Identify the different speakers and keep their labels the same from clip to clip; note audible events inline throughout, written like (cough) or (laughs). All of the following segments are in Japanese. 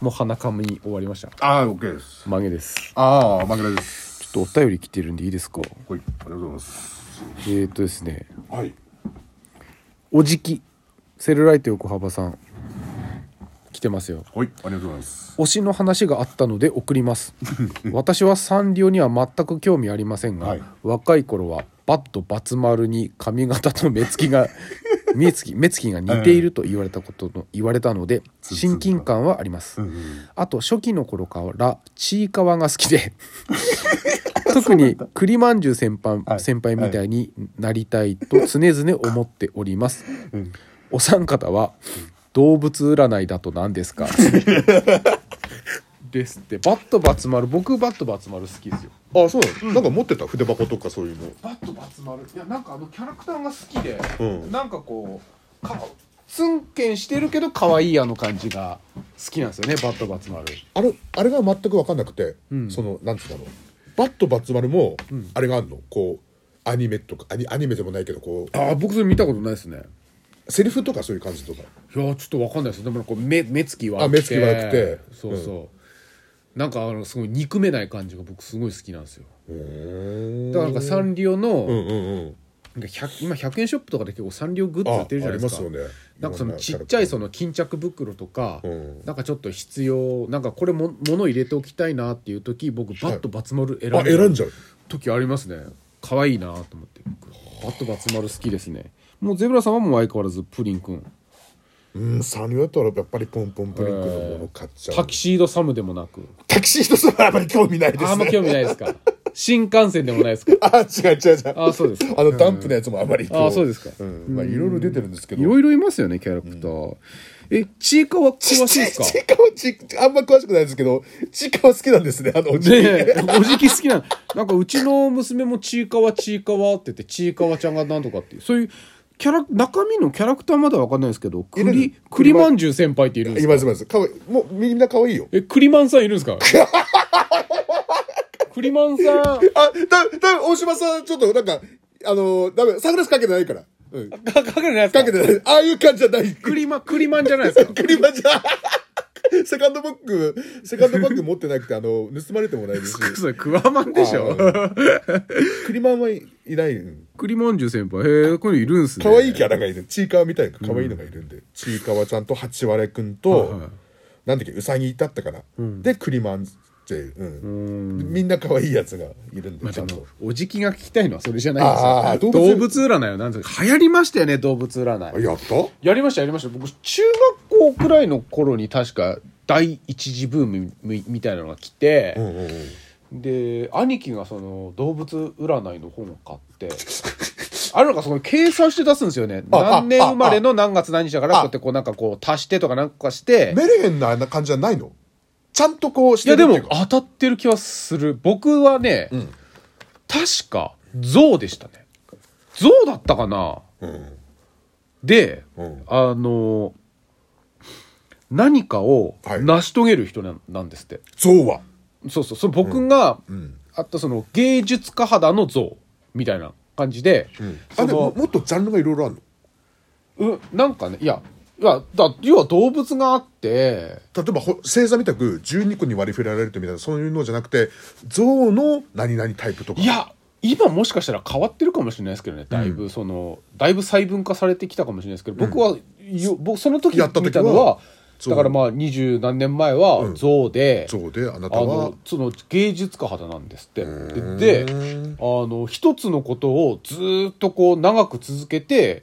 Speaker 1: もう鼻かみ終わりました
Speaker 2: ああ、OK です。
Speaker 1: マゲです
Speaker 2: ああ、マグラです。
Speaker 1: ちょっとお便り来てるんでいいですか
Speaker 2: はい、ありがとうございます。
Speaker 1: えっ、とですね
Speaker 2: はい。
Speaker 1: おじきセルライト横幅さん来てますよ
Speaker 2: はい、ありがとうございます。
Speaker 1: 推しの話があったので送ります
Speaker 2: (laughs)
Speaker 1: 私はサンリオには全く興味ありませんが、
Speaker 2: はい
Speaker 1: 若い頃はバッとバツ丸に髪型と目つき
Speaker 2: (laughs)
Speaker 1: が目つき目つきが似ていると言われたことの言われたので
Speaker 2: (laughs) つ
Speaker 1: 親近感はあります、あと初期の頃からちいかわが好き (laughs) で特に栗まんじゅう先輩,、
Speaker 2: はい
Speaker 1: 先輩みたいになりたいと常々思っております、お三方は動物占いだと何です (laughs) かですってバットバツ丸僕バットバツ丸好きですよ
Speaker 3: あそうなの、なんか持ってた筆箱とかそういうの
Speaker 1: バットバツ丸いやなんかあのキャラクターが好きで、
Speaker 3: うん
Speaker 1: なんかこうかツンケンしてるけど可愛いあの感じが好きなんですよねバットバツ丸
Speaker 3: あれあれが全く分かんなくて、
Speaker 1: ん
Speaker 3: そのなんつうんだろうバットバツ丸も、あれがあるのこうアニメとかアニアニメでもないけどこ
Speaker 1: ああ僕それ見たことないですね
Speaker 3: うセリフとかそういう感じとか
Speaker 1: いやーちょっとわかんないですでもなんか目目つき悪くて
Speaker 3: あ目つき悪くて
Speaker 1: そうそう、なんかあのすごい憎めない感じが僕すごい好きなんですよ
Speaker 3: うーん
Speaker 1: だからなんかサンリオの、
Speaker 3: うんうんうん
Speaker 1: なんか100今100円ショップとかで結構サンリオグッズ売ってるじゃないですか
Speaker 3: あありますよね
Speaker 1: なんかそのちっちゃいその巾着袋とか、
Speaker 3: うん
Speaker 1: なんかちょっと必要なんかこれも物入れておきたいなっていう時僕バットバツ丸選ん,、
Speaker 3: あ選んじゃう
Speaker 1: 時ありますね可愛いなと思って僕バットバツ丸好きですねもうゼブラさんはもう相変わらずプリンくん
Speaker 3: うんサンリオだったらやっぱりポンポンプリンクのもの買っちゃう、
Speaker 1: タキシードサムでもなく
Speaker 3: タキシードさんはあまり興味ないです
Speaker 1: あんま興味ないですか新幹線でもないですか
Speaker 3: あ違う違う違う
Speaker 1: あそうです
Speaker 3: あのダンプのやつもあまりこ
Speaker 1: あそうですか
Speaker 3: うん、まあいろいろ出てるんですけど
Speaker 1: いろいろいますよねキャラクター、えちいかわ詳しいですか
Speaker 3: ちかわち、あんま詳しくないですけど、ちかわ好きなんですね、あのおじい。
Speaker 1: で、おじき好きなの。なんかうちの娘もちいかわちいかわって言って、ちいかわちゃんがなんとかっていう、そういうキャラ、中身のキャラクターまではわかんないですけど、
Speaker 3: いるん
Speaker 1: 栗
Speaker 3: です、
Speaker 1: 栗まんじゅう先輩っているんです
Speaker 3: (laughs) い
Speaker 1: か
Speaker 3: ますいます。かわいい。もうみんな可愛いよ。
Speaker 1: え、栗まんさんいるんですか栗まんさん、
Speaker 3: あ、だ、だ、大島さん、ちょっとなんか、あのー、ダメ、サングラスかけてないから。うん。か
Speaker 1: か、かけてないですか
Speaker 3: けてない。ああいう感じじゃない。ク
Speaker 1: 栗ま、栗まんじゃないですか
Speaker 3: リマじゃ。 (laughs) セカンドバッグ、セカンドバッグ持ってなくて、あの、盗まれてもないですし。
Speaker 1: (laughs) そ (laughs) れ、クワマンでし
Speaker 3: あ
Speaker 1: ょ
Speaker 3: クリマンはいいない。うん
Speaker 1: 栗まんじゅう先輩、へえ、こういうのいるんすね。
Speaker 3: 可愛いキャラがいる。ちいかわみたいな可愛いのがいるんで。ちいかわちゃんと八割くんと、
Speaker 1: はいはい
Speaker 3: なんだっけ、うさぎだったから。で、クリマンジェイ。うん。みんな可愛いやつがいるんで、
Speaker 1: まあ
Speaker 3: ち
Speaker 1: で
Speaker 3: ゃん
Speaker 1: も
Speaker 3: と。
Speaker 1: おじきが聞きたいのはそれじゃないんです
Speaker 3: あー
Speaker 1: よ。
Speaker 3: 動
Speaker 1: 動
Speaker 3: 物
Speaker 1: 物占いをなんですか流行りましたよね、動物占い
Speaker 3: あ。やった
Speaker 1: やりましたやりました僕中学校くらいの頃に確か第一次ブームみみたいなのが来て、
Speaker 3: うんうんうん。
Speaker 1: で兄貴がその動物占いの本を買ってあれなんかその計算して出すんですよね
Speaker 3: ああ
Speaker 1: 何年生まれの何月何日だからこ
Speaker 3: あ
Speaker 1: うやってこうなんかこう足してとかなんかして
Speaker 3: メルヘンな感じじゃないのちゃんとこうし
Speaker 1: い
Speaker 3: て
Speaker 1: や
Speaker 3: る
Speaker 1: で
Speaker 3: って
Speaker 1: も
Speaker 3: いうか。
Speaker 1: 当たってる気はする僕はね、
Speaker 3: ん
Speaker 1: 確か象でしたね象だったかな
Speaker 3: うん。
Speaker 1: で、
Speaker 3: うん
Speaker 1: あの何かを
Speaker 3: はい
Speaker 1: 成し遂げる人ななんですって、
Speaker 3: 象は。
Speaker 1: そうそうその僕が、
Speaker 3: ん
Speaker 1: あとその芸術家肌の像みたいな感じで、
Speaker 3: あ、
Speaker 1: そ
Speaker 3: でも、
Speaker 1: の
Speaker 3: もっとジャンルがいろいろあるの
Speaker 1: うなんかねいやいやだ要は動物があって
Speaker 3: 例えばほ星座みたく12個に割り振られるみたいなそういうのじゃなくて象の何々タイプとか
Speaker 1: いや今もしかしたら変わってるかもしれないですけどねだいぶその、だいぶ細分化されてきたかもしれないですけど僕は、よ僕その時
Speaker 3: やった時は
Speaker 1: 見たのは
Speaker 3: 象
Speaker 1: だからまあ二十何年前は象で、
Speaker 3: 象であなた
Speaker 1: あ
Speaker 3: は
Speaker 1: のその芸術家肌なんですってであの一つのことをずーっとこう長く続けて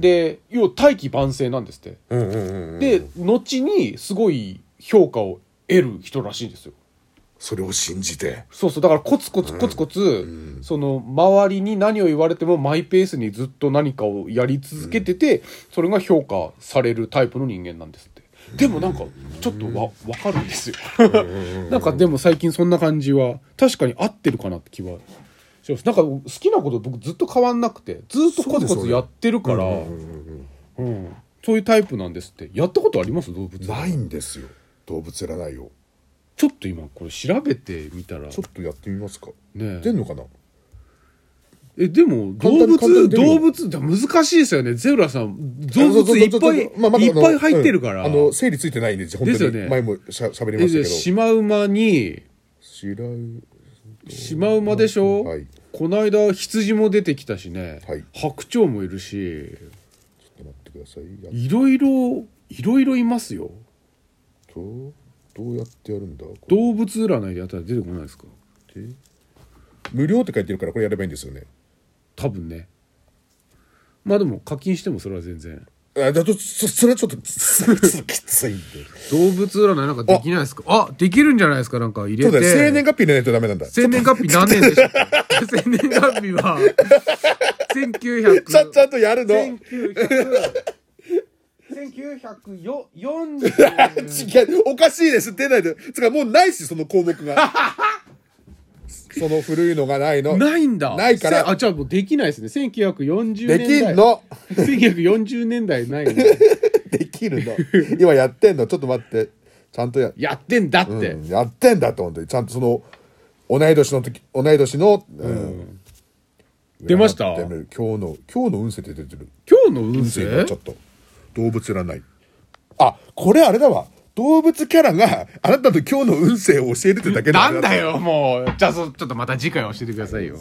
Speaker 1: で要は大器晩成なんですって
Speaker 3: うんうんうんうん
Speaker 1: で後にすごい評価を得る人らしいんですよ
Speaker 3: それを信じて
Speaker 1: そうそうだからコツコツコツコツその周りに何を言われてもマイペースにずっと何かをやり続けててそれが評価されるタイプの人間なんですってでもなんかちょっとわ分かるんですよ (laughs) なんかでも最近そんな感じは確かに合ってるかなって気はしますなんか好きなこと僕ずっと変わんなくてずっとコツコツやってるからうんそういうタイプなんですってやったことあります動物
Speaker 3: ないんですよ動物占いを
Speaker 1: ちょっと今これ調べてみたら
Speaker 3: ちょっとやってみますか
Speaker 1: ねえ
Speaker 3: 出んのかな
Speaker 1: え、でも、
Speaker 3: 簡単
Speaker 1: 動
Speaker 3: 簡単
Speaker 1: 物、
Speaker 3: に出るよ
Speaker 1: 動物、だ難しいですよね。ゼブラさん、動
Speaker 3: そうそう
Speaker 1: 物いっ
Speaker 3: そ
Speaker 1: ぱ
Speaker 3: う
Speaker 1: い、
Speaker 3: まあまだ
Speaker 1: いっぱい入ってるから。
Speaker 3: あのうんあの整理ついてないんで本
Speaker 1: です
Speaker 3: 当
Speaker 1: よ
Speaker 3: に
Speaker 1: ね
Speaker 3: 前もしゃ喋り
Speaker 1: え
Speaker 3: まし
Speaker 1: じゃあ
Speaker 3: たけ
Speaker 1: シ
Speaker 3: ど
Speaker 1: マウマに、
Speaker 3: 知らう
Speaker 1: シマウマでしょ、
Speaker 3: はい
Speaker 1: こないだ羊も出てきたしね、
Speaker 3: はい
Speaker 1: 白鳥もいるし、
Speaker 3: ちょっと待ってくださいやっ
Speaker 1: いろいろ、いろいろいますよ。
Speaker 3: とどうやってやるんだこ
Speaker 1: 動物占いでやったら出てこないですか
Speaker 3: うやって無料って書いてるからこれやればいいんですよね
Speaker 1: 多分ね。まあでも課金してもそれは全然。
Speaker 3: あだとそそれはちょっと (laughs) それはちょっときつい
Speaker 1: (laughs)
Speaker 3: んで
Speaker 1: 動物占いなんかできないですかあできるんじゃないですかなんか入れ
Speaker 3: そう
Speaker 1: て。
Speaker 3: だね生年月日入れないとダメなんだ
Speaker 1: 生年月日何年で (laughs) したっけ生年月日は、1900。
Speaker 3: ちゃんちゃんとやるの違う
Speaker 1: 1900
Speaker 3: (laughs)
Speaker 1: 1940
Speaker 3: おかしいです出ないでつうかもうないしその項目がその古いのがないの
Speaker 1: ないんだ
Speaker 3: ないから
Speaker 1: せあじゃあもうできないですね1940年代
Speaker 3: できんの
Speaker 1: 1940年代ないの
Speaker 3: (laughs) できるの今やってんのちょっと待ってちゃんとや
Speaker 1: (laughs) やってんだって、
Speaker 3: うんやってんだって本当にちゃんとその同い年の時同い年の、うん
Speaker 1: 出ました
Speaker 3: 占ってみる今日の今日の運勢って出てる
Speaker 1: 今日の運
Speaker 3: 運勢が
Speaker 1: 勢
Speaker 3: ちょっと動物占いあこれあれだわ動物キャラがあなたの今日の運勢を教えるってだけ
Speaker 1: な
Speaker 3: だ
Speaker 1: んだよもうじゃあそちょっとまた次回教えてくださいよ